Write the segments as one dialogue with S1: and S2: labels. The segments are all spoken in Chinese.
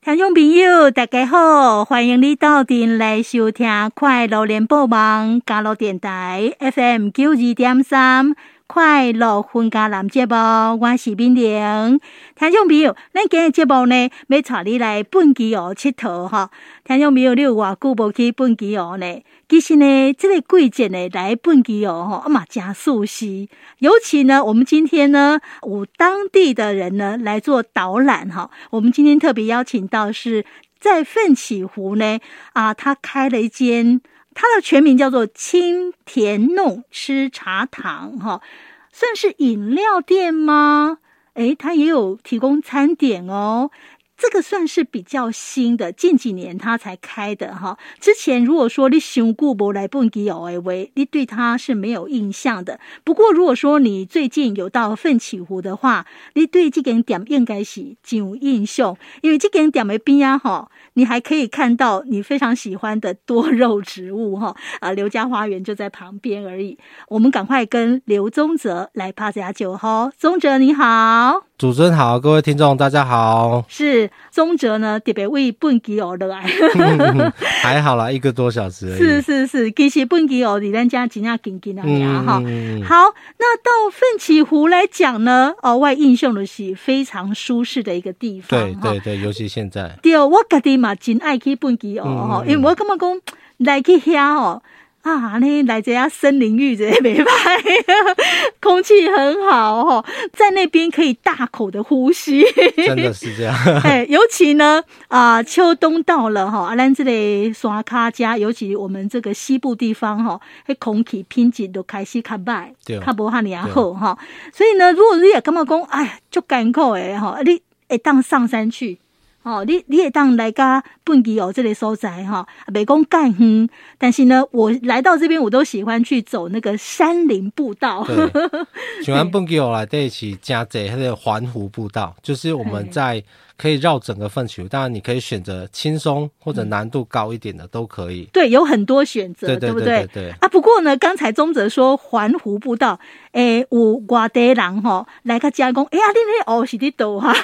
S1: 听众朋友，大家好，欢迎你到店来收听《快乐联播网》加入电台 FM 九二点三《快乐分家男》节目，我是敏玲。听众朋友，咱今日节目呢，要带你来本基湖佚佗吼。听众朋友，你有偌久无去本基湖呢？其实呢，这个季节呢，来本基湖吼，啊嘛加素食。尤其呢，我们今天呢，有当地的人呢来做导览哈。我们今天特别邀请到是在奋起湖呢，啊，他开了一间，它的全名叫做清甜弄吃茶堂哈，算是饮料店吗？诶，它也有提供餐点哦。这个算是比较新的，近几年它才开的哈。之前如果说你想过不来蹦迪奥诶喂，你对它是没有印象的。不过如果说你最近有到奋起湖的话，你对这间店应该是真有印象，因为这间店的边啊哈，你还可以看到你非常喜欢的多肉植物哈。 啊，刘家花园就在旁边而已。我们赶快跟刘宗泽来趴下酒哈，宗泽你好。，
S2: 主持人好，各位听众大家好
S1: 是宗哲呢，特别为本吉而来。
S2: 还好啦，一个多小时而已。
S1: 是是是，其实本吉尔离咱家真正近近啊呀哈。
S2: 嗯，
S1: 好，那到奋起湖来讲呢，哦，外印象的是非常舒适的一个地方
S2: 对
S1: 哈
S2: 对对，尤其现在，
S1: 对，我家己嘛真爱去本基湖
S2: 嗯
S1: 吼，因为我感觉讲来去遐吼。啊，那来这下森林浴这没拍， 空气很好哦，在那边可以大口的呼吸。
S2: 真的是这样。
S1: 哎，尤其呢，啊、秋冬到了哈，啊，咱这里刷卡家，尤其我们这个西部地方哈，迄空气品质都开始较歹，
S2: 对
S1: 较无遐尼好哈。所以呢，如果你也感觉讲，哎，足艰苦的吼，啊你会当上山去。哦，你你也当来个本地哦，这类所在哈，北讲干哼。但是呢，我来到这边，我都喜欢去走那个山林步道。
S2: 对，喜欢蹦迪我来在一起加这那个环湖步道，就是我们在可以绕整个奋起湖，当然你可以选择轻松或者难度高一点的都可以。
S1: 对，有很多选择，
S2: 对
S1: 对
S2: 对
S1: 不
S2: 对对对
S1: 啊，不过呢，刚才宗泽说环湖步道，诶，有外地人吼、来个家讲，哎呀，你那哦是伫倒哈，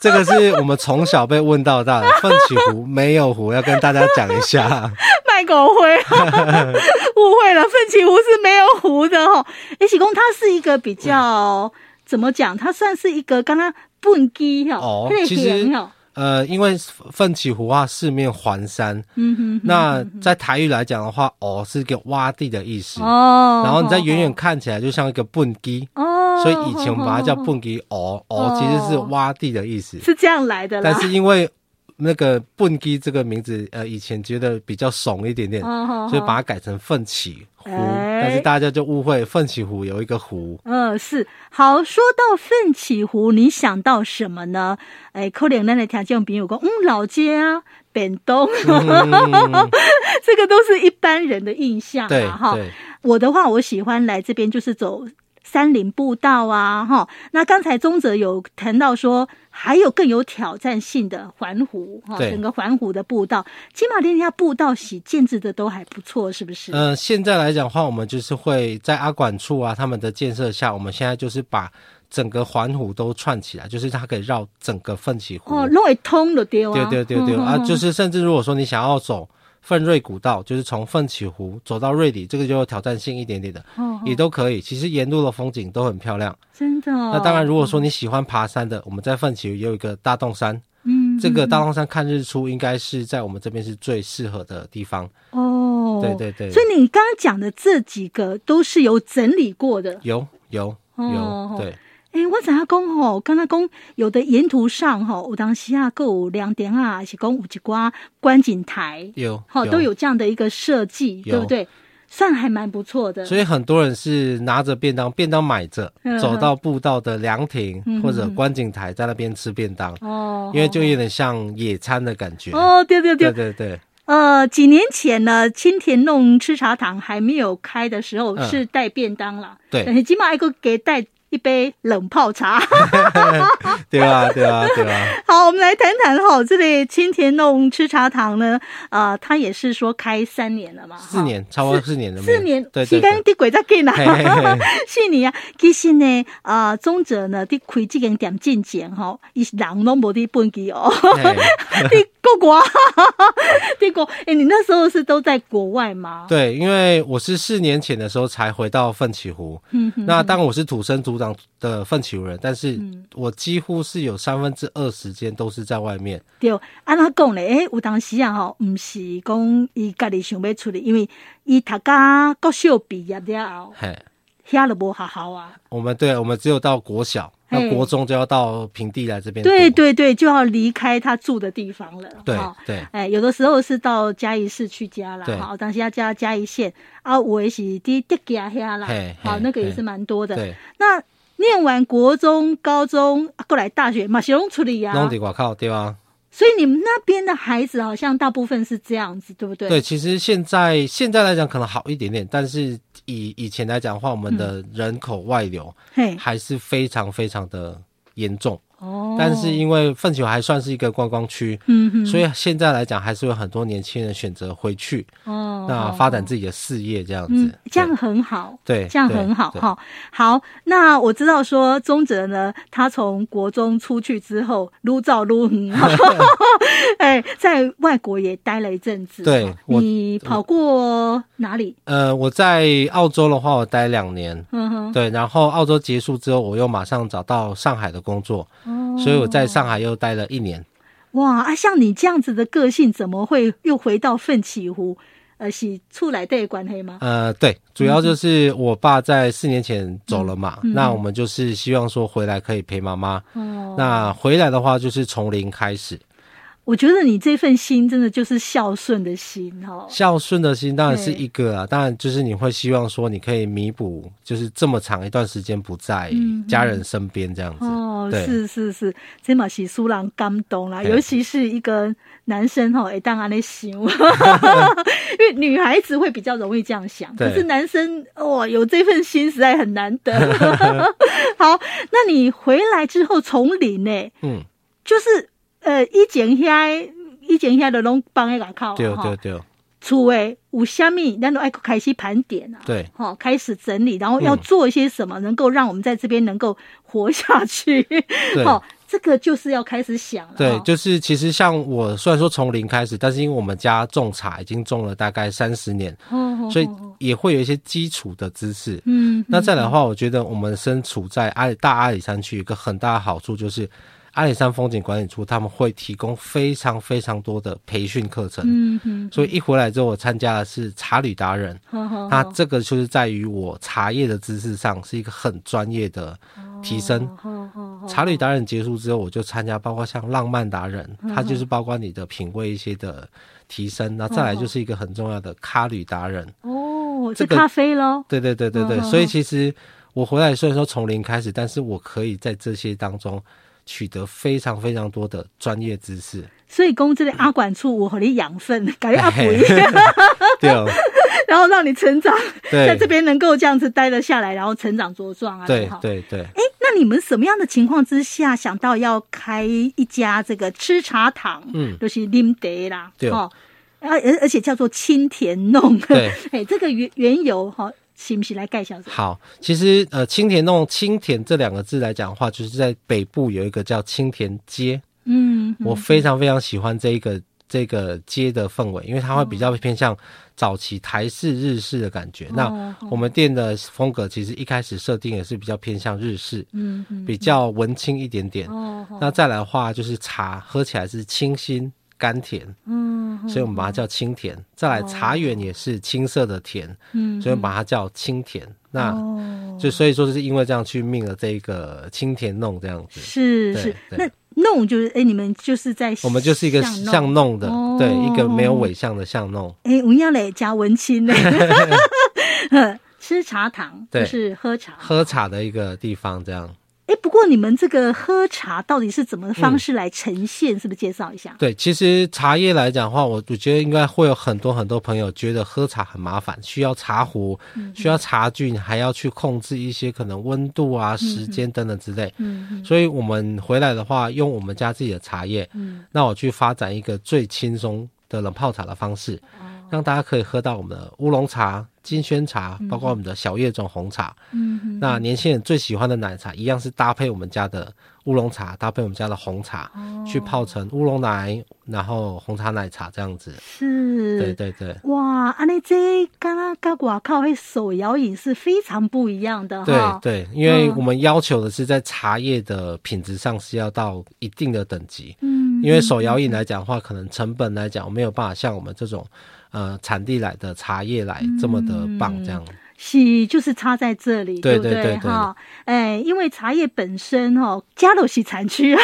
S2: 这个是我们从小被问到大的，奋起湖没有湖，要跟大家讲一下。
S1: 卖狗灰， 误会了，奋起湖是没有湖的吼、哦。也许公它是一个比
S2: 嗯
S1: 较、怎么讲，它算是一个刚刚蹦基哦
S2: 哦，
S1: 那个
S2: 其实
S1: 形哦，
S2: 呃，因为奋起湖啊，四面环山，
S1: 嗯哼哼，
S2: 那在台语来讲的话，哦是一个洼地的意思。
S1: 哦，
S2: 然后你在远远看起来就像一个蹦迪，
S1: 哦，
S2: 所以以前我们把它叫
S1: 哦
S2: 蹦迪哦哦，其实是洼地的意思。
S1: 是这样来的啦，
S2: 但是因为那个蹦迪这个名字，呃，以前觉得比较怂一点点，
S1: 哦
S2: 所以把它改成奋起湖。
S1: 哎
S2: 但是大家就误会奋起湖有一个湖，
S1: 嗯，是好。说到奋起湖，你想到什么呢？哎，可能咱的听众朋友讲，嗯，老街啊，本东， 这个都是一般人的印象
S2: 嗯对
S1: 啊，哈。
S2: 对，
S1: 我的话，我喜欢来这边就是走山林步道啊，哈。那刚才宗泽有谈到说，还有更有挑战性的环湖哈，
S2: 对
S1: 整个环湖的步道，起码连下步道洗建制的都还不错，是不是？
S2: 呃，现在来讲的话，我们就是会在阿管处啊，他们的建设下，我们现在就是把整个环湖都串起来，就是它可以绕整个奋起湖。
S1: 哦，弄会通的丢啊，
S2: 对对对对啊，就是甚至如果说你想要走奋锐古道，就是从奋起湖走到瑞里，这个就有挑战性一点点的，
S1: 哦，
S2: 也都可以。其实沿路的风景都很漂亮。
S1: 真的哦。
S2: 那当然，如果说你喜欢爬山的，我们在奋起湖也有一个大洞山，
S1: 嗯，
S2: 这个大洞山看日出应该是在我们这边是最适合的地方。
S1: 哦，
S2: 对对对
S1: 所以你刚刚讲的这几个都是有整理过的。
S2: 有有
S1: 哦
S2: 有，对。
S1: 诶，我怎样讲吼？刚才讲有的沿途上吼，有当时啊，各有两点啊，还是讲有一挂观景台，
S2: 有，
S1: 好都有这样的一个设计，
S2: 有
S1: 对不对？算还蛮不错的。
S2: 所以很多人是拿着便当，便当买着
S1: 嗯，
S2: 走到步道的凉亭
S1: 嗯
S2: 或者观景台，在那边吃便当，
S1: 哦，
S2: 因为就有点像野餐的感觉。
S1: 哦，对对对
S2: 对，对对，
S1: 呃，几年前呢，青田弄吃茶堂还没有开的时候
S2: 嗯
S1: 是带便当啦，
S2: 对
S1: 但是起码还个给带。一杯冷泡茶。
S2: 对啊，对啊，对啊，
S1: 好，我们来谈谈哈，这里青田弄吃茶堂呢，呃，它也是说开三年了嘛，哈
S2: 四年，超过四年的，
S1: 四年，
S2: 对
S1: 时
S2: 对
S1: 间
S2: 对，
S1: 滴鬼在紧
S2: 嘿嘿
S1: 啦。
S2: 嘿
S1: 是你啊，其实呢，呃，中者呢，伫开即间店进前吼，伊是人拢无伫本地哦，
S2: 嘿
S1: 伫国外， 伫国，哎、你那时候是都在国外吗？，
S2: 对，因为我是四年前的时候才回到奋起湖，
S1: 嗯嗯哼，
S2: 那当然我是土生土长的奋起湖人，但是我几乎是有三分之二时间都是在外面。
S1: 对，安怎讲咧？诶、有当时啊吼，毋是讲伊家己想要出去，因为伊读甲国小毕业了后，
S2: 嘿，
S1: 遐就无学校啊。
S2: 我们对，我们只有到国小，
S1: 嘿
S2: 那国中就要到平地来这边
S1: 嗯
S2: 读。
S1: 对对对，就要离开他住的地方了。
S2: 对
S1: 哈
S2: 对
S1: 哎，有的时候是到嘉义市去家啦，
S2: 对
S1: 哈，当时要加嘉义县啊，我也是滴德家遐啦
S2: 嘿，
S1: 好，
S2: 嘿
S1: 那个也
S2: 嘿
S1: 是蛮多的。
S2: 对，
S1: 那念完国中、高中，啊过来大学，马西龙处理呀
S2: 弄，得我靠，对啊吧？
S1: 啊所以你们那边的孩子好像大部分是这样子，对不对？
S2: 对，其实现在现在来讲可能好一点点，但是以以前来讲的话，我们的人口外流
S1: 嘿，
S2: 还是非常非常的严重。
S1: 嗯哦，
S2: 但是因为粪球还算是一个观光区，
S1: 嗯哼，
S2: 所以现在来讲还是有很多年轻人选择回去，
S1: 哦，
S2: 那
S1: 哦
S2: 发展自己的事业这样子。
S1: 嗯，这
S2: 对
S1: 样很好。
S2: 对，
S1: 这样
S2: 对
S1: 很好
S2: 对
S1: 哈、好，那我知道说宗哲呢，他从国中出去之后，撸照撸很好，嗯 哎，在外国也待了一阵子。
S2: 对
S1: 哈
S2: 我
S1: 你跑过哪里？
S2: 呃，我在澳洲的话，我待两年，
S1: 嗯哼，
S2: 对，然后澳洲结束之后，我又马上找到上海的工作，
S1: 哦
S2: 所以我在上海又待了一年。
S1: 哇啊，像你这样子的个性，怎么会又回到奋起湖？呃，是处来对关黑吗？
S2: 呃，对，主要就是我爸在四年前走了嘛，
S1: 嗯嗯
S2: 那我们就是希望说回来可以陪妈妈。
S1: 哦，
S2: 那回来的话，就是从零开始，
S1: 我觉得你这份心真的就是孝顺的心哦。
S2: 孝顺的心当然是
S1: 对
S2: 一个啊，当然就是你会希望说你可以弥补，就是这么长一段时间不在
S1: 嗯
S2: 家人身边这样子。
S1: 哦，
S2: 对
S1: 是是是，这嘛是苏朗感动啦，
S2: 嘿
S1: 尤其是一个男生吼，哎，当然的 想，因为女孩子会比较容易这样想，可
S2: 对
S1: 是男生哦，有这份心实在很难得。 好，那你回来之后从零呢，
S2: 嗯，
S1: 就是呃，以前遐以前遐的拢帮诶外口
S2: 对
S1: 啊
S2: 对
S1: 吼，
S2: 对
S1: 厝诶有虾米，咱都爱开始盘点啊。
S2: 对。
S1: 好、开始整理，然后要
S2: 嗯
S1: 做一些什么，能够让我们在这边能够活下去。
S2: 对
S1: 好、这个就是要开始想了。
S2: 对
S1: 哈，
S2: 就是其实像我虽然说从零开始，但是因为我们家种茶已经种了大概三十年，
S1: 哦
S2: 所以
S1: 哦哦
S2: 也会有一些基础的知识。
S1: 嗯，
S2: 那再来的话，我觉得我们身处在阿里大阿里山区，有一个很大的好处就是，阿里山风景管理处他们会提供非常非常多的培训课程。
S1: 嗯嗯，哦
S2: 所以一回来之后，我参加的是茶旅达人。
S1: 好好
S2: 那
S1: 好
S2: 这个就是在于我茶叶的知识上是一个很专业的
S1: 哦
S2: 提升。
S1: 好好好，
S2: 茶旅达人结束之后，我就参加包括像浪漫达人，
S1: 嗯
S2: 它就是包括你的品味一些的提升。那再来就是一个很重要的咖旅达人。
S1: 哦，是
S2: 这个
S1: 咖啡喽。
S2: 对对对对
S1: 嗯
S2: 对，
S1: 嗯嗯
S2: 所以其实我回来虽然说从零开始，但是我可以在这些当中取得非常非常多的专业知识。
S1: 所以公这个阿管处，我和你养 分，改变阿补，
S2: 对哦，
S1: 然后让你成长，
S2: 对，
S1: 在这边能够这样子待得下来，然后成长茁壮啊，
S2: 对
S1: 多好。
S2: 对对。
S1: 哎，那你们什么样的情况之下想到要开一家这个吃茶堂？
S2: 嗯
S1: 就是林德啦，
S2: 对
S1: 哦，而而而且叫做清田弄，
S2: 对，
S1: 哎，这个缘缘由哈，是不是来介绍一下？
S2: 好，其实呃，青田弄青田这两个字来讲的话，就是在北部有一个叫青田街，
S1: 嗯，
S2: 我非常非常喜欢这一个这个街的氛围，因为它会比较偏向早期台式日式的感觉。
S1: 哦
S2: 那我们店的风格其实一开始设定也是比较偏向日式，
S1: 嗯嗯，
S2: 比较文青一点点。
S1: 哦，哦
S2: 那再来的话就是茶，喝起来是清新甘甜，
S1: 嗯哦
S2: 所以我们把它叫清甜。再来茶园也是青色的甜，
S1: 嗯，
S2: 所以我们把它叫清甜。那
S1: 哦，
S2: 就所以说，就是因为这样去命了这一个青田弄这样子，
S1: 是
S2: 对
S1: 是，
S2: 对
S1: 那弄就是哎，你们就是在
S2: 我们就是一个
S1: 巷弄
S2: 巷弄的，
S1: 哦
S2: 对，一个没有尾巷的巷弄，
S1: 哎，文亚嘞加文 青 嘞，吃茶堂就
S2: 对
S1: 是喝茶，
S2: 喝茶的一个地方这样。
S1: 哎，不过你们这个喝茶到底是怎么
S2: 嗯
S1: 方式来呈现？是不是介绍一下？
S2: 对，其实茶叶来讲的话，我我觉得应该会有很多很多朋友觉得喝茶很麻烦，需要茶壶，
S1: 嗯
S2: 需要茶具，你还要去控制一些可能温度啊、时间等等之类。
S1: 嗯嗯
S2: 所以我们回来的话，用我们家自己的茶叶，
S1: 嗯，
S2: 那我去发展一个最轻松的冷泡茶的方式，
S1: 哦
S2: 让大家可以喝到我们的乌龙茶、金萱茶，包括我们的小叶种红茶。
S1: 嗯嗯
S2: 那年轻人最喜欢的奶茶，一样是搭配我们家的乌龙茶，搭配我们家的红茶，
S1: 哦
S2: 去泡成乌龙奶，然后红茶奶茶这样子。
S1: 是，啊
S2: 对对对。
S1: 哇，安尼这跟那跟外靠迄手摇饮是非常不一样的
S2: 对
S1: 哈。
S2: 对，因为
S1: 嗯
S2: 我们要求的是在茶叶的品质上是要到一定的等级，
S1: 嗯，
S2: 因为手摇饮来讲的话，可能成本来讲没有办法像我们这种呃产地来的茶叶来这么的棒
S1: 嗯
S2: 这样。
S1: 是就是差在这里，
S2: 对
S1: 不
S2: 对对对
S1: 哈？哎，因为茶叶本身哦，加入是产区啊，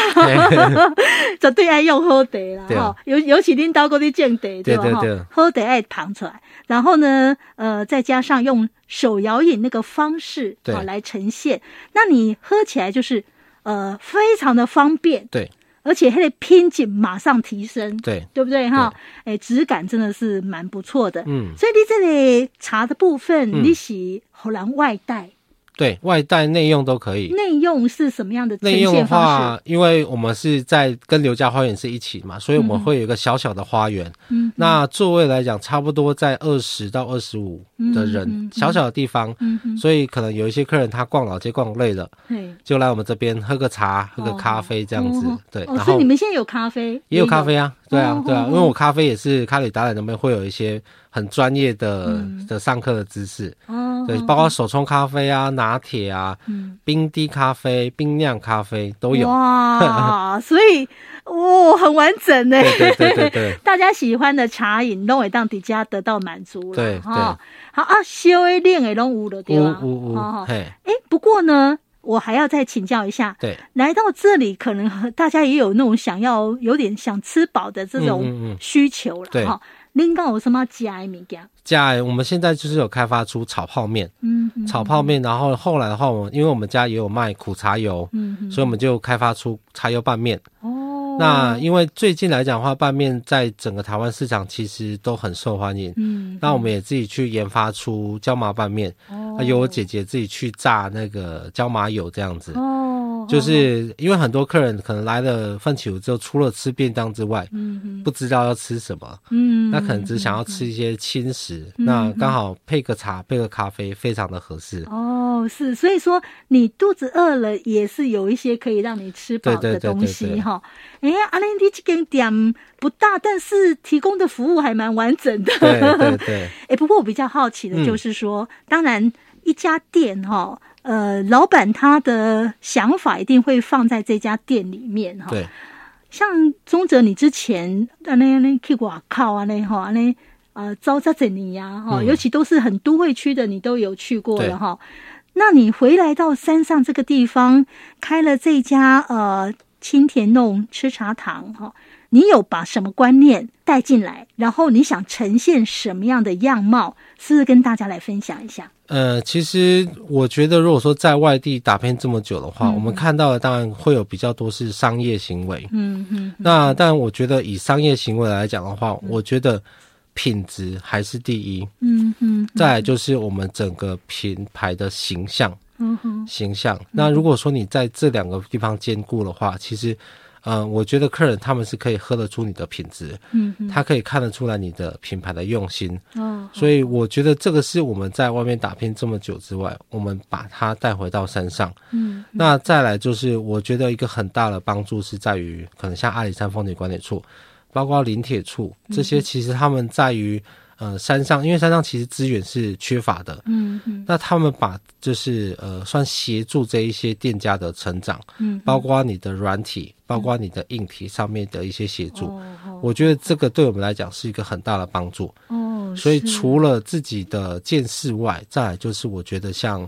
S1: 绝对爱用好茶啦
S2: 对啊
S1: 哈。尤尤其恁兜嗰啲种地
S2: 对
S1: 吧
S2: 对
S1: 哈
S2: 对，
S1: 好茶爱糖出来，然后呢，呃，再加上用手摇饮那个方式
S2: 对
S1: 好来呈现，那你喝起来就是呃非常的方便，
S2: 对
S1: 而且它的品质马上提升，
S2: 对，
S1: 对不对哈？哎，质感真的是蛮不错的。
S2: 嗯，
S1: 所以你这个茶的部分，
S2: 嗯
S1: 你是荷兰外带，
S2: 对外带内用都可以。
S1: 内用是什么样的呈
S2: 内用的
S1: 现方式？
S2: 话，因为我们是在跟刘家花园是一起嘛，所以我们
S1: 嗯
S2: 会有一个小小的花园。
S1: 嗯，
S2: 那座位来讲，差不多在二十到二十五的人，
S1: 嗯嗯嗯
S2: 小小的地方，
S1: 嗯哼，
S2: 所以可能有一些客人他逛老街逛累了，
S1: 对，
S2: 就来我们这边喝个茶、喝个咖啡这样子。
S1: 哦
S2: 对，
S1: 哦，
S2: 然
S1: 所以
S2: 后
S1: 你们现在有咖啡，
S2: 也有咖啡啊，对啊
S1: 哦，
S2: 对啊
S1: 哦，
S2: 因为我咖啡也是咖喱达人那边会有一些很专业的
S1: 嗯
S2: 的上课的知识，
S1: 哦，
S2: 对，包括手冲咖啡啊、拿铁啊、
S1: 嗯
S2: 冰滴咖啡、冰酿咖啡都有。
S1: 哇，所以哦，很完整呢。
S2: 对对对对对
S1: 大家喜欢的茶饮，拢会当底家得到满足了。
S2: 对
S1: 哈，好啊，烧的冷的拢有了，对
S2: 呜
S1: 吧？
S2: 呜
S1: 哦
S2: 呜，嘿，
S1: 哎，不过呢，我还要再请教一下，
S2: 对，
S1: 来到这里，可能呃大家也有那种想要有点想吃饱的这
S2: 嗯嗯
S1: 种
S2: 嗯
S1: 需求了
S2: 对
S1: 哈。您刚有什么加物件？
S2: 家我们现在就是有开发出炒泡面，
S1: 嗯嗯
S2: 炒泡面，然后后来的话，我们因为我们家也有卖苦茶油，
S1: 嗯嗯
S2: 所以我们就开发出茶油拌面。
S1: 哦，
S2: 那因为最近来讲的话，拌面在整个台湾市场其实都很受欢迎。
S1: 嗯
S2: 那我们也自己去研发出椒麻拌面，
S1: 哦
S2: 还有我姐姐自己去炸那个椒麻油这样子。
S1: 哦，
S2: 就是因为很多客人可能来了奋起湖之后，除了吃便当之外，
S1: 嗯嗯
S2: 不知道要吃什么，
S1: 嗯，
S2: 那可能只想要吃一些轻食，
S1: 嗯
S2: 那刚好配个茶，配个咖啡，非常的合适。
S1: 哦，是，所以说你肚子饿了，也是有一些可以让你吃饱
S2: 对
S1: 的
S2: 对对
S1: 东
S2: 对
S1: 西
S2: 对
S1: 哈。哎，阿兰迪这间店不大，但是提供的服务还蛮完整的。
S2: 对对嗯对，
S1: 哎，不过我比较好奇的就是说，当然一家店哈、呃，老板他的想法一定会放在这家店里面哈、
S2: 对，
S1: 像宗哲，你之前啊那那去外靠啊那哈那呃招扎整尼呀哈，
S2: 嗯
S1: 啊尤其都是很都会区的，你都有去过
S2: 对
S1: 了哈。那你回来到山上这个地方，开了这家呃青田弄吃茶堂哈，你有把什么观念带进来？然后你想呈现什么样的样貌？是不是跟大家来分享一下？
S2: 呃，其实我觉得，如果说在外地打拼这么久的话，我们看到的当然会有比较多是商业行为。
S1: 嗯嗯
S2: 那但我觉得以商业行为来讲的话，我觉得品质还是第一，
S1: 嗯嗯
S2: 再来就是我们整个品牌的形象。
S1: 嗯哼
S2: 形象。那如果说你在这两个地方兼顾的话，其实，呃，我觉得客人他们是可以喝得出你的品质，
S1: 嗯嗯
S2: 他可以看得出来你的品牌的用心。
S1: 哦
S2: 所以我觉得这个是我们在外面打拼这么久之外，我们把它带回到山上。
S1: 嗯
S2: 那再来就是，我觉得一个很大的帮助是在于，可能像阿里山风景管理处，包括林铁处这
S1: 嗯
S2: 些，其实他们在于。呃，山上因为山上其实资源是缺乏的，
S1: 嗯嗯
S2: 那他们把就是呃，算协助这一些店家的成长，
S1: 嗯，
S2: 包括你的软体，包括你的硬体上面的一些协助。
S1: 哦
S2: 我觉得这个对我们来讲是一个很大的帮助。
S1: 哦，
S2: 所以
S1: 是
S2: 除了自己的见识外，再来就是我觉得像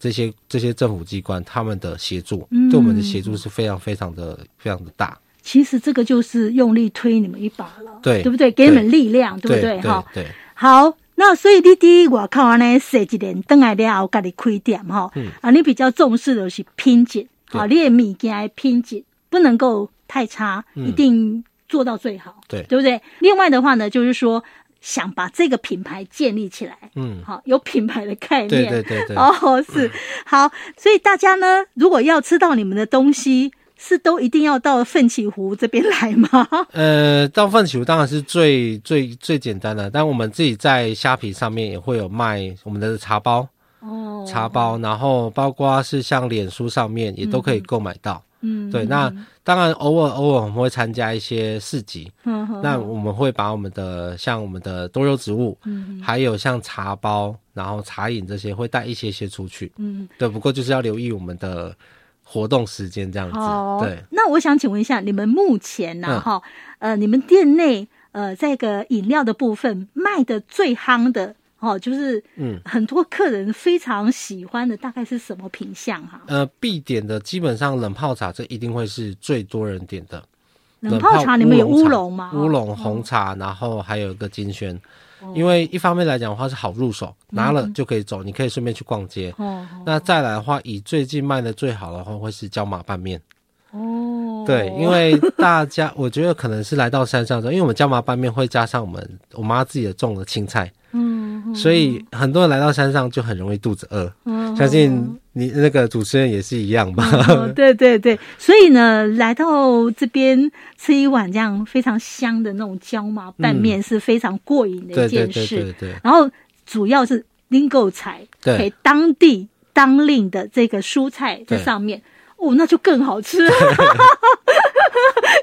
S2: 这些这些政府机关他们的协助，
S1: 嗯
S2: 对我们的协助是非常非常的非常的大。
S1: 其实这个就是用力推你们一把了，
S2: 对
S1: 对不对？给你们力量，对不
S2: 对
S1: 哈？
S2: 对，
S1: 好，那所以你伫外
S2: 嗯
S1: 口安尼踅一年，等来了后，家己开店哈，啊，你比较重视的是品质，好，你的物件的品质不能够太差，一定做到最好，
S2: 嗯对
S1: 对不对？另外的话呢，就是说想把这个品牌建立起来，
S2: 嗯，
S1: 好，有品牌的概念，
S2: 对对对嗯对，
S1: 哦，是好，所以大家呢，如果要吃到你们的东西，是都一定要到奋起湖这边来吗？
S2: 呃，到奋起湖当然是最最最简单的，但我们自己在虾皮上面也会有卖我们的茶包，
S1: 哦，
S2: 茶包，然后包括是像脸书上面也都可以购买到。
S1: 嗯，
S2: 对，那当然偶尔偶尔我们会参加一些市集，
S1: 嗯哼
S2: 那我们会把我们的像我们的多肉植物，
S1: 嗯
S2: 还有像茶包，然后茶饮这些会带一些些出去。
S1: 嗯，
S2: 对，不过就是要留意我们的活动时间这样子。
S1: 好，
S2: 对，，
S1: 那我想请问一下，你们目前呢、
S2: 嗯
S1: 哈、呃，你们店内呃，这个饮料的部分卖的最夯的。哦，就是
S2: 嗯
S1: 很多客人非常喜欢的，大概是什么品相哈、
S2: 呃，必点的基本上冷泡茶，这一定会是最多人点的。
S1: 冷泡茶你们有乌龙吗？嗯哦
S2: 乌龙红茶，然后还有一个金萱。因为一方面来讲的话是好入手，拿了就可以走，你可以顺便去逛街。
S1: 嗯哦哦
S2: 那再来的话，以最近卖的最好的话会是椒麻拌面。
S1: 哦，
S2: 对，因为大家我觉得可能是来到山上之后，因为我们椒麻拌面会加上我们我妈自己的种的青菜，
S1: 嗯嗯
S2: 所以很多人来到山上就很容易肚子饿。
S1: 嗯
S2: 相信你那个主持人也是一样吧？
S1: 哦， 对对对，所以呢，来到这边吃一碗这样非常香的那种椒麻拌面是非常过瘾的
S2: 对
S1: 一
S2: 嗯对
S1: 件
S2: 对
S1: 事。
S2: 对对
S1: 然后主要是拎够菜，
S2: 对
S1: 给当地当令的这个蔬菜在
S2: 对
S1: 上面，哦，那就更好吃，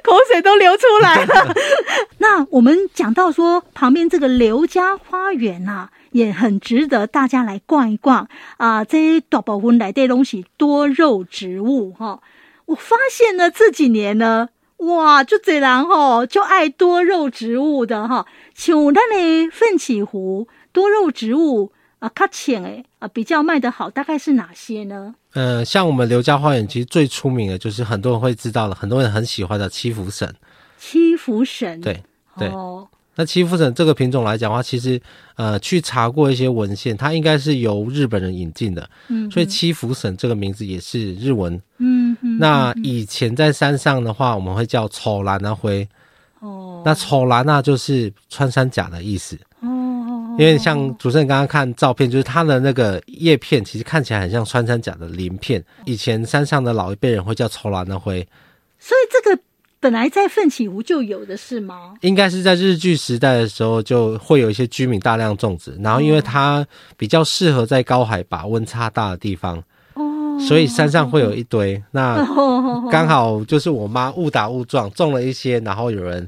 S1: 口水都流出来了。 那我们讲到说，旁边这个刘家花园呐、也很值得大家来逛一逛啊、这大部分来的东西多肉植物哈、我发现呢这几年呢，哇，就这人吼就爱多肉植物的哈、像咱的奋起湖多肉植物啊，较浅诶啊，比较卖得好，大概是哪些呢？
S2: 嗯、呃像我们刘家花园其实最出名的就是很多人会知道的，很多人很喜欢的七福神。
S1: 七福神
S2: 对对，
S1: 哦，
S2: 那七福神这个品种来讲的话，其实呃去查过一些文献，它应该是由日本人引进的，
S1: 嗯
S2: 所以七福神这个名字也是日文。
S1: 嗯嗯
S2: 那以前在山上的话，我们会叫丑兰那灰，
S1: 哦
S2: 那丑兰那就是穿山甲的意思。
S1: 哦哦
S2: 因为像主持人刚刚看照片，就是它的那个叶片，其实看起来很像穿山甲的鳞片。
S1: 哦
S2: 以前山上的老一辈人会叫丑兰的灰，
S1: 所以这个本来在奋起湖就有的是吗？
S2: 应该是在日据时代的时候，就会有一些居民大量种植。然后因为
S1: 哦
S2: 它比较适合在高海拔、温差大的地方，
S1: 哦，
S2: 所以山上会有一堆。那
S1: 哦
S2: 刚好就是我妈误打误撞种了一些，然后有人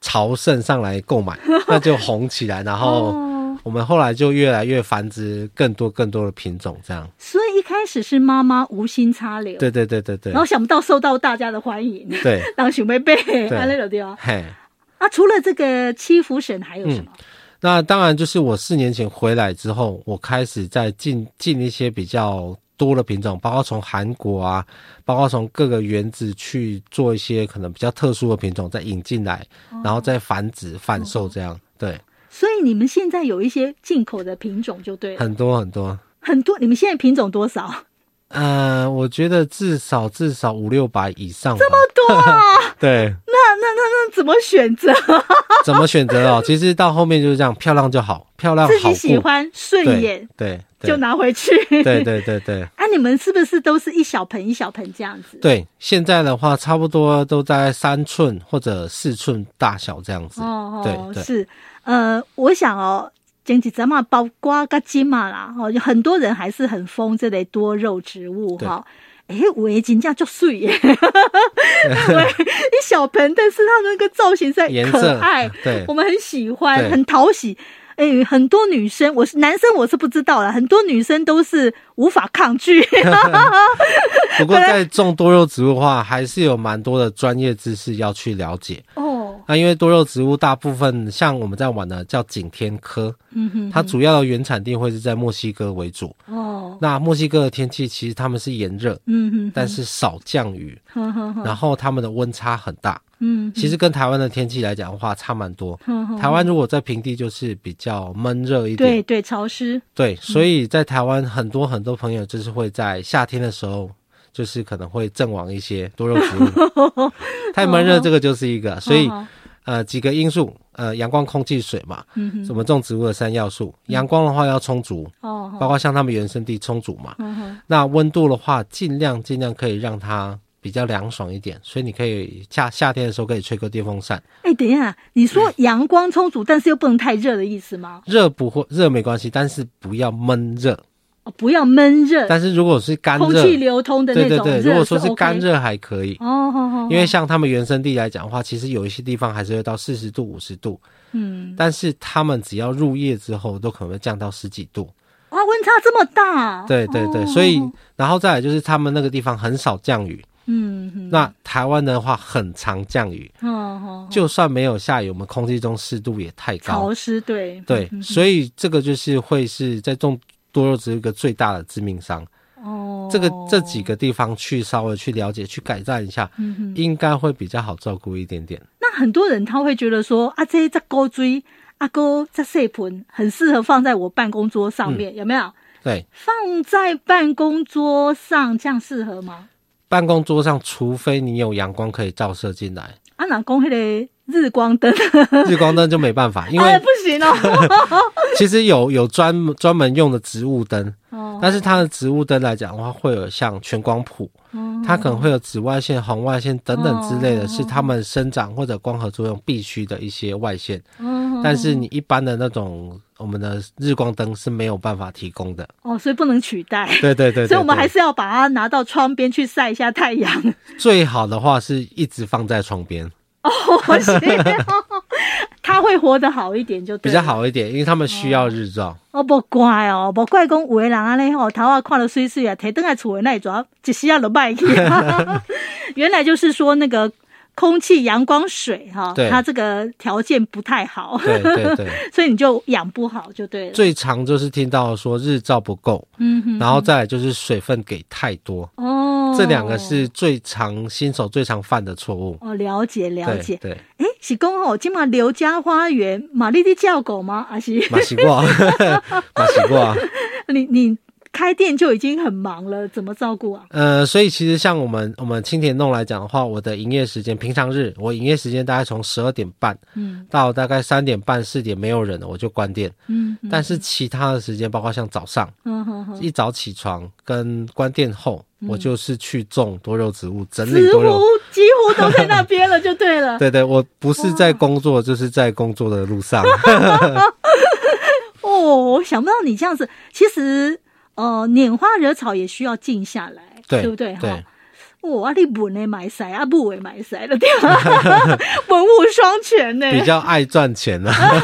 S2: 朝圣上来购 买，那就红起来，然后。
S1: 哦，
S2: 我们后来就越来越繁殖更多更多的品种，这样。
S1: 所以一开始是妈妈无心插柳，
S2: 对对对对对
S1: 然后想不到受到大家的欢迎，
S2: 对，
S1: 让小妹妹安那种对 啊。
S2: 嘿。
S1: 啊，除了这个七福神还有什么？
S2: 那当然就是我四年前回来之后，我开始在进进一些比较多的品种，包括从韩国啊，包括从各个园子去做一些可能比较特殊的品种，再引进来，
S1: 哦
S2: 然后再繁殖贩售这样。对，
S1: 所以你们现在有一些进口的品种就对了，
S2: 很多很多。
S1: 很多。你们现在品种多 少？
S2: 呃，我觉得至少至少五六百以上吧。
S1: 多啊，
S2: 对，
S1: 那那那那怎么选择？
S2: 怎么选择哦？其实到后面就是这样，漂亮就好，漂亮
S1: 自
S2: 好
S1: 己喜
S2: 过。
S1: 欢顺
S2: 对
S1: 眼
S2: 对
S1: 就
S2: 对
S1: 拿回去。
S2: 对。对对对。
S1: 啊，你们是不是都是一小盆一小盆这样子？。
S2: 对，现在的话差不多都在三寸或者四寸大小这样子。
S1: 哦哦，
S2: 对对
S1: 是，呃，我想哦，前几阵嘛，包括个金嘛啦，哦，有很多人还是很疯这类多肉植物
S2: 对
S1: 哈。哎，我也真正就水 耶， 喂一小盆，但是它那个造型在
S2: 颜
S1: 可
S2: 色
S1: 爱，
S2: 对
S1: 我们很喜欢，
S2: 对
S1: 很讨喜。哎，很多女生，我是男生，我是不知道了。很多女生都是无法抗拒，
S2: 不过在种多肉植物的话，还是有蛮多的专业知识要去了解。
S1: 哦，
S2: 那因为多肉植物大部分像我们在玩的叫景天科，
S1: 嗯哼，
S2: 它主要的原产地会是在墨西哥为主。
S1: 哦，
S2: 那墨西哥的天气其实他们是炎热，
S1: 嗯
S2: 但是少降雨，
S1: 哼，呵呵呵，
S2: 然后他们的温差很大。
S1: 嗯
S2: 其实跟台湾的天气来讲的话，差蛮多。
S1: 哼哼，
S2: 台湾如果在平地，就是比较闷热一点。
S1: 对嗯对，潮湿，
S2: 对，所以在台湾很多很多朋友就是会在夏天的时候就是可能会阵亡一些多肉植物。 太闷
S1: 嗯
S2: 热这个就是一个，所以
S1: 哦
S2: 呃几个因素，呃阳光、空气、水嘛，
S1: 嗯
S2: 我们种植物的三要素。阳光的话要充足，
S1: 哦，
S2: 包括像他们原生地充足嘛。
S1: 嗯哼，
S2: 那温度的话，尽量尽量可以让它比较凉爽一点，所以你可以夏夏天的时候可以吹个电风扇，
S1: 哎，等一下，你说阳光充足，但是又不能太热的意思吗？
S2: 热不会热没关系，但是不要闷热。
S1: 哦，不要闷热，
S2: 但是如果是干
S1: 空
S2: 热，
S1: 气流通的
S2: 对
S1: 那
S2: 对
S1: 种
S2: 对，
S1: 热，
S2: 如果说是
S1: OK
S2: 干，热还可以，
S1: 哦哦哦，
S2: 因为像他们原生地来讲的话，其实有一些地方还是会到四十度、五十度，
S1: 嗯，
S2: 但是他们只要入夜之后，都可能会降到十几度。
S1: 哇，温差这么大，
S2: 对对对，
S1: 哦
S2: 所以然后再来就是他们那个地方很少降雨，
S1: 嗯嗯，
S2: 那台湾的话很常降雨，
S1: 哦哦，
S2: 就算没有下雨，我们空气中湿度也太高
S1: 潮。湿，嗯对
S2: 对，所以这个就是会是在种多肉植物一个最大的致命伤。
S1: 哦，
S2: 这个这几个地方去稍微去了解、去改善一下，
S1: 嗯哼
S2: 应该会比较好照顾一点点。
S1: 那很多人他会觉得说啊，这一只钩锥，啊钩这碎盆很适合放在我办公桌上
S2: 嗯
S1: 面，有没有？
S2: 对，
S1: 放在办公桌上这样适合吗？
S2: 办公桌上，除非你有阳光可以照射进来，
S1: 啊，哪公迄个日光灯，
S2: 日光灯就没办法，因
S1: 哎，
S2: 为
S1: 不行 哦。
S2: 其实有有专门专门用的植物灯，
S1: 哦，
S2: 但是它的植物灯来讲的话，会有像全光谱，
S1: 哦
S2: 它可能会有紫外线、红外线等等之类
S1: 哦
S2: 的，是它们生长或者光合作用必须的一些外线。
S1: 哦
S2: 但是你一般的那种我们的日光灯是没有办法提供的。
S1: 哦，所以不能取代。
S2: 对对对对
S1: 所以我们还
S2: 对
S1: 是要把它拿到窗边去晒一下太阳。
S2: 最好的话是一直放在床边
S1: 我希望 它会活得好一点就对
S2: 比
S1: 了
S2: 较好一点，因为他们需要日照。
S1: 哦，无怪哦，无怪讲有的人安尼吼，头啊看了水水啊，摕倒来厝的那一撮，一时啊就卖去。啊 原来就是说那个空气、阳光、水哈，
S2: 对
S1: 它这个条件不太好，
S2: 对对对，
S1: 所以你就养不好就对了。
S2: 最常就是听到说日照不够，
S1: 嗯哼，
S2: 然后再来就是水分给太多，
S1: 哦，
S2: 这两个是最常新手最常犯的错误。
S1: 哦，了解了
S2: 对
S1: 解。
S2: 对，
S1: 诶，是讲吼，今嘛刘家花园，玛丽的叫狗吗？还是
S2: 马西瓜， 马啊西瓜。
S1: 你你开店就已经很忙了，怎么照顾啊？
S2: 呃，所以其实像我们我们青田弄来讲的话，我的营业时间，平常日我营业时间大概从十二点半
S1: 嗯
S2: 到大概三点半四点没有人了，我就关店。
S1: 嗯嗯
S2: 但是其他的时间，包括像早上
S1: 嗯哼哼，
S2: 一早起床跟关店后，我就是去种多肉植物，整理
S1: 几
S2: 多
S1: 乎
S2: 肉。
S1: 几乎都在那边了，就对了。
S2: 对对，我不是在工作，就是在工作的路 上。
S1: 哦，我想不到你这样子。其实，呃，拈花惹草也需要静下来，
S2: 对
S1: 不对？
S2: 对
S1: 哈，哦，啊，你文的买晒，啊，不为买晒了，对吧？ 文武双全呢。
S2: 比较爱赚钱啊。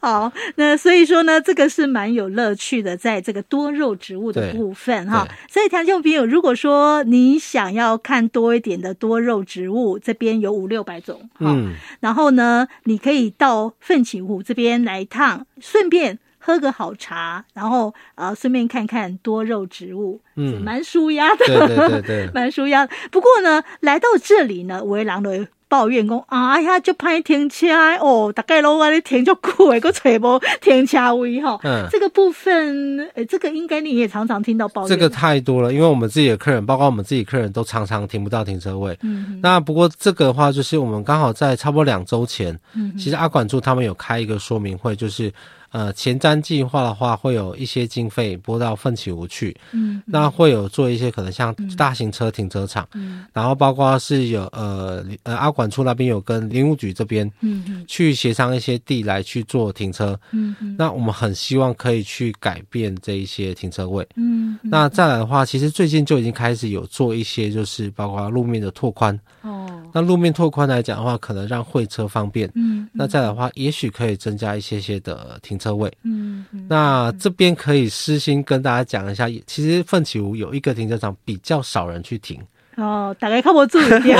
S1: 好，那所以说呢，这个是蛮有乐趣的，在这个多肉植物的
S2: 对
S1: 部分哈。所以，听众朋友，如果说你想要看多一点的多肉植物，这边有五六百种，哈。
S2: 嗯，
S1: 然后呢，你可以到奋起湖这边来一趟，顺便喝个好茶，然后呃，顺便看看多肉植物，
S2: 嗯
S1: 是蛮舒压的，
S2: 对对对对
S1: 蛮舒压的。不过呢，来到这里呢，维郎的抱怨讲啊，哎呀，就歹停车的哦，大概拢安尼停足久的，搁找无停车位吼。
S2: 嗯
S1: 这个部分，呃，这个应该你也常常听到抱怨。
S2: 这个，太多了，因为我们自己的客人，包括我们自己客人都常常停不到停车位。
S1: 嗯
S2: 那不过这个的话，就是我们刚好在差不多两周前，
S1: 嗯
S2: 其实阿管处他们有开一个说明会，就是呃前瞻计划的话，会有一些经费拨到奋起湖去，
S1: 嗯
S2: 那会有做一些可能像大型车停车场，
S1: 嗯
S2: 然后包括是有呃呃阿管处那边有跟林务局这边
S1: 嗯嗯
S2: 去协商一些地来去做停车，
S1: 嗯嗯
S2: 那我们很希望可以去改变这一些停车位。
S1: 嗯，嗯
S2: 那再来的话，其实最近就已经开始有做一些，就是包括路面的拓宽。
S1: 哦，
S2: 那路面拓宽来讲的话，可能让会车方便。
S1: 嗯
S2: 那再来的话，也许可以增加一些些的停车位。
S1: 嗯嗯
S2: 那这边可以私心跟大家讲一下，其实奋起湖有一个停车场比较少人去停。
S1: 哦，大概看不注意 点。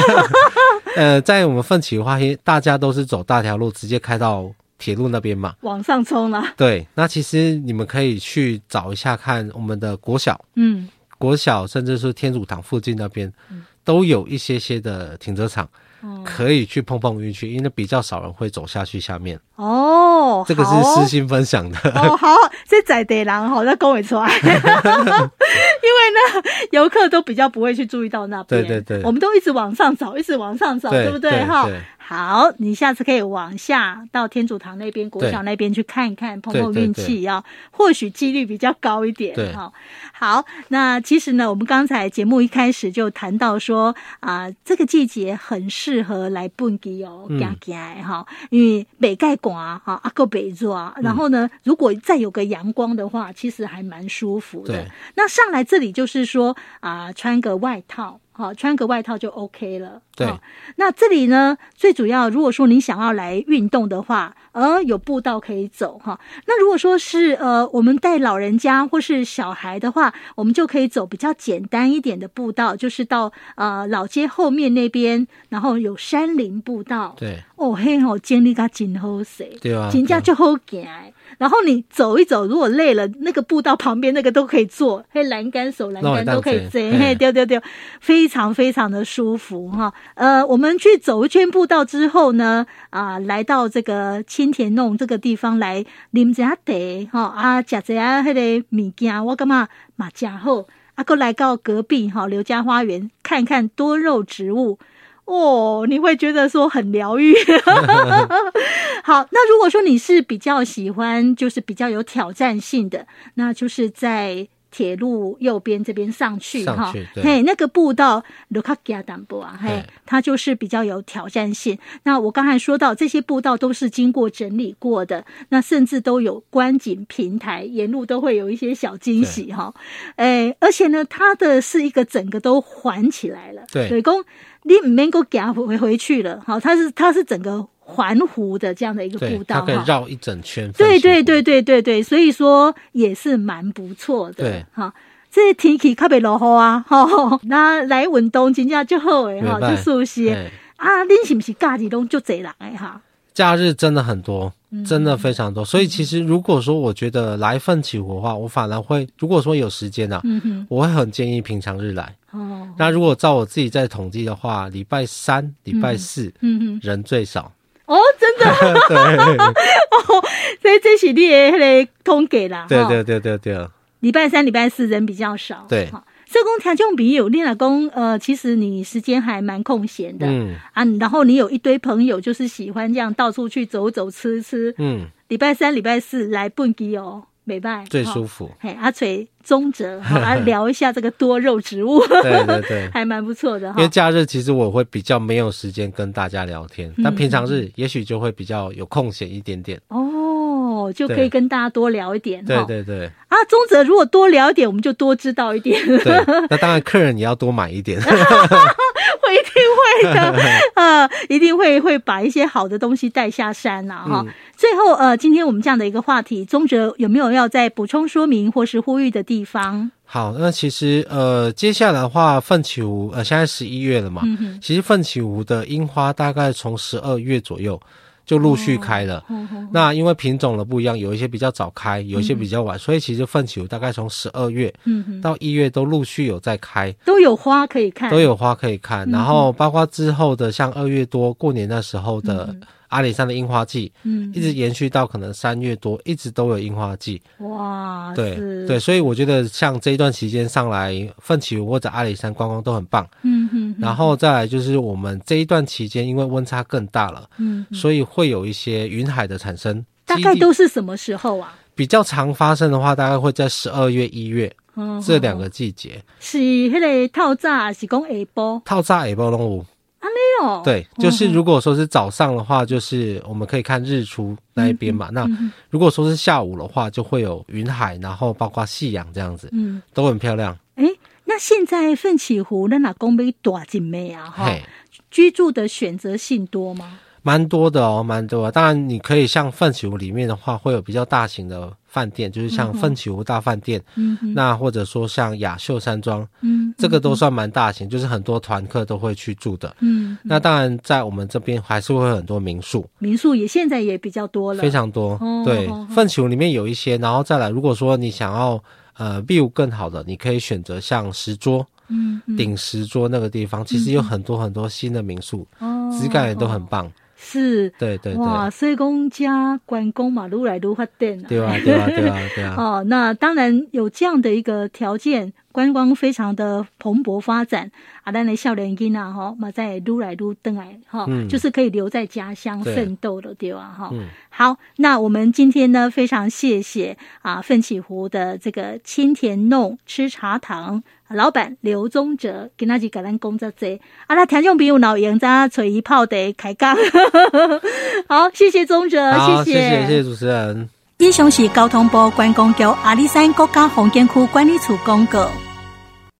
S2: 呃，在我们奋起湖的话，因为大家都是走大条路，直接开到铁路那边嘛。
S1: 往上冲啦。
S2: 对，那其实你们可以去找一下看我们的国小、
S1: 嗯，
S2: 国小，甚至是天主堂附近那边，都有一些些的停车场。可以去碰碰运气，因为比较少人会走下去下面。
S1: 哦，
S2: 这个是
S1: 好哦
S2: 私心分享的。
S1: 哦，好，这在地人吼，那讲会出来， 因为呢，游客都比较不会去注意到那边。
S2: 对对对
S1: 我们都一直往上走，一直往上走，
S2: 对
S1: 不对
S2: 对
S1: 哈
S2: 对？
S1: 好，你下次可以往下到天主堂那边、国小那边去看一看，碰碰
S2: 对对
S1: 运气啊，或许几率比较高一点
S2: 对
S1: 哈。好，那其实呢，我们刚才节目一开始就谈到说啊、这个季节很适合来蹦迪哦，
S2: 嗯
S1: 行行的哈，因为北盖寒哈，啊够北热，
S2: 嗯
S1: 然后呢，如果再有个阳光的话，其实还蛮舒服的
S2: 对。
S1: 那上来这里就是说啊、穿个外套。好，穿个外套就 OK 了。
S2: 对
S1: 好那这里呢，最主要，如果说你想要来运动的话，呃，有步道可以走哈。那如果说是呃，我们带老人家或是小孩的话，我们就可以走比较简单一点的步道，就是到呃老街后面那边，然后有山林步道。
S2: 对
S1: 哦，嘿哦，经历噶真好势，
S2: 对啊，
S1: 真正
S2: 对啊
S1: 就好行的。然后你走一走，如果累了，那个步道旁边那个都可以坐，嘿，栏杆手栏杆都可以
S2: 那我
S1: 摘，
S2: 也当
S1: 嘿，
S2: 贼
S1: 对对对，非常非常的舒服哈。呃，我们去走一圈步道之后呢，啊、来到这个青田弄这个地方来啉一下茶哈，啊，食一下迄个物件，我感觉嘛真好。啊，过来到隔壁哈刘家花园看看多肉植物。哦，你会觉得说很疗愈， 好，那如果说你是比较喜欢，就是比较有挑战性的，那就是在铁路右边这边上去
S2: 上
S1: 哈
S2: 去，对
S1: 嘿，那个步道卢卡吉亚坦布啊，嘿
S2: 对，
S1: 它就是比较有挑战性。那我刚才说到，这些步道都是经过整理过的，那甚至都有观景平台，沿路都会有一些小惊喜哈。哎，而且呢，它的是一个整个都环起来了，
S2: 对
S1: 对，公你唔能够行回回去了，好，它是它是整个环湖的这样的一个
S2: 对
S1: 步，
S2: 它
S1: 道
S2: 可以
S1: 哈。
S2: 绕一整圈。
S1: 对对，对对对对，所以说也是蛮不错的。
S2: 对
S1: 哈，这天气较袂落雨啊，吼、 那来运动真正就好诶，哈，
S2: 袂歹
S1: 就舒适的。
S2: 哎，
S1: 啊，恁是不是假日拢就侪人诶哈？
S2: 假日真的很多，
S1: 嗯
S2: 真的非常多。所以其实如果说我觉得来奋起湖的话，我反而会，如果说有时间啊，
S1: 嗯哼，
S2: 我会很建议平常日来。
S1: 哦，
S2: 那如果照我自己在统计的话，礼拜三、礼拜四
S1: 嗯
S2: 人最少。
S1: 哼，哦，真的，
S2: 对
S1: 所以这是你诶迄个统计啦。
S2: 对
S1: 哈
S2: 对对对对
S1: 礼拜三、礼拜四人比较少。
S2: 对
S1: 哈社工调种笔友，你老公呃，其实你时间还蛮空闲的、
S2: 嗯
S1: 啊，然后你有一堆朋友，就是喜欢这样到处去走走吃吃，
S2: 嗯，
S1: 礼拜三、礼拜四来蹦迪哦，美拜
S2: 最舒
S1: 服。
S2: 服。
S1: 嘿，啊阿锤中哲，好， 来啊聊一下这个多肉植物，
S2: 对对 对。
S1: 还蛮不错的
S2: 因为
S1: 哈。
S2: 假日其实我会比较没有时间跟大家聊天，
S1: 嗯
S2: 但平常日也许就会比较有空闲一点点。
S1: 哦，就可以
S2: 对
S1: 跟大家多聊一点
S2: 对
S1: 哈。
S2: 对对
S1: 啊，中哲如果多聊一点，我们就多知道一点。
S2: 对，那当然客人也要多买一点。
S1: 会一定会的，呃，一定会会把一些好的东西带下山啦、
S2: 嗯
S1: 哈、最后呃，今天我们这样的一个话题，宗哲有没有要再补充说明或是呼吁的地方？
S2: 好，那其实呃，接下来的话，奋起湖呃，现在十一月了嘛，
S1: 嗯哼
S2: 其实奋起湖的樱花大概从十二月左右就陆续开了。
S1: 嗯哼
S2: 那因为品种的不一样，有一些比较早开，有一些比较晚，所以其实奋起湖大概从十二月
S1: 嗯哼，
S2: 到一月都陆续有在开，
S1: 都有花可以看，
S2: 都有花可以看。
S1: 嗯
S2: 然后包括之后的像二月多过年那时候的阿里山的樱花季，
S1: 嗯
S2: 一，直延续到可能三月多，一直都有樱花季。
S1: 哇，
S2: 对
S1: 啊是
S2: 对，，所以我觉得像这一段期间上来奋起湖或者阿里山观光都很棒。
S1: 嗯哼，
S2: 然后再来就是我们这一段期间，因为温差更大了，
S1: 嗯，
S2: 所以会有一些云海的产生。
S1: 大
S2: 基
S1: 概
S2: 地
S1: 都是什么时候啊？
S2: 比较常发生的话，大概会在十二月、一月
S1: 嗯，
S2: 这两个季节。
S1: 是迄个套炸，是讲下波，
S2: 套炸也暴龙舞，
S1: 哎呦，，
S2: 对，就是如果说是早上的话，就是我们可以看日出那一
S1: 嗯
S2: 边嘛。那如果说是下午的话，就会有云海，然后包括夕阳这样子，
S1: 嗯，
S2: 都很漂亮。
S1: 哎、那现在奋起湖咱若讲要大一妹啊，哈
S2: 嘿，，
S1: 居住的选择性多吗？
S2: 蛮多的哦，蛮多的。当然，你可以像奋起湖里面的话，会有比较大型的饭店，就是像奋起湖大饭店，
S1: 嗯哼，
S2: 那或者说像雅秀山庄，
S1: 嗯
S2: 这个都算蛮大型，就是很多团客都会去住的。
S1: 嗯，
S2: 那当然，在我们这边还是会有很多民宿，
S1: 民宿也现在也比较多了，
S2: 非常多
S1: 哦。
S2: 对
S1: 哦，
S2: 奋起湖里面有一些，然后再来，如果说你想要呃 view 更好的，你可以选择像石桌。
S1: 嗯嗯嗯
S2: 顶石桌那个地方，其实有很多很多新的民宿，
S1: 哦，
S2: 质感也都很棒。
S1: 是，
S2: 对对对，
S1: 哇，所以讲加关公嘛，愈来愈发展啊。
S2: 对啊对啊对啊对啊，
S1: 哦，那当然有这样的一个条件，观光非常的蓬勃发展啊，咱的少年囡啊，吼，嘛在撸来撸登来哈，
S2: 嗯
S1: 就是可以留在家乡
S2: 对
S1: 奋斗的对吧？哈、
S2: 嗯
S1: 好，那我们今天呢，非常谢谢啊，奋起湖的这个青田弄吃茶堂。老板刘宗哲今仔日甲咱讲遮济，啊，那听众朋友老闲在找伊泡茶开讲， 好，谢谢宗哲，
S2: 好，谢
S1: 谢
S2: 谢谢谢主持人。
S1: 以上是交通部观光局阿里山国家风景区管理处公告。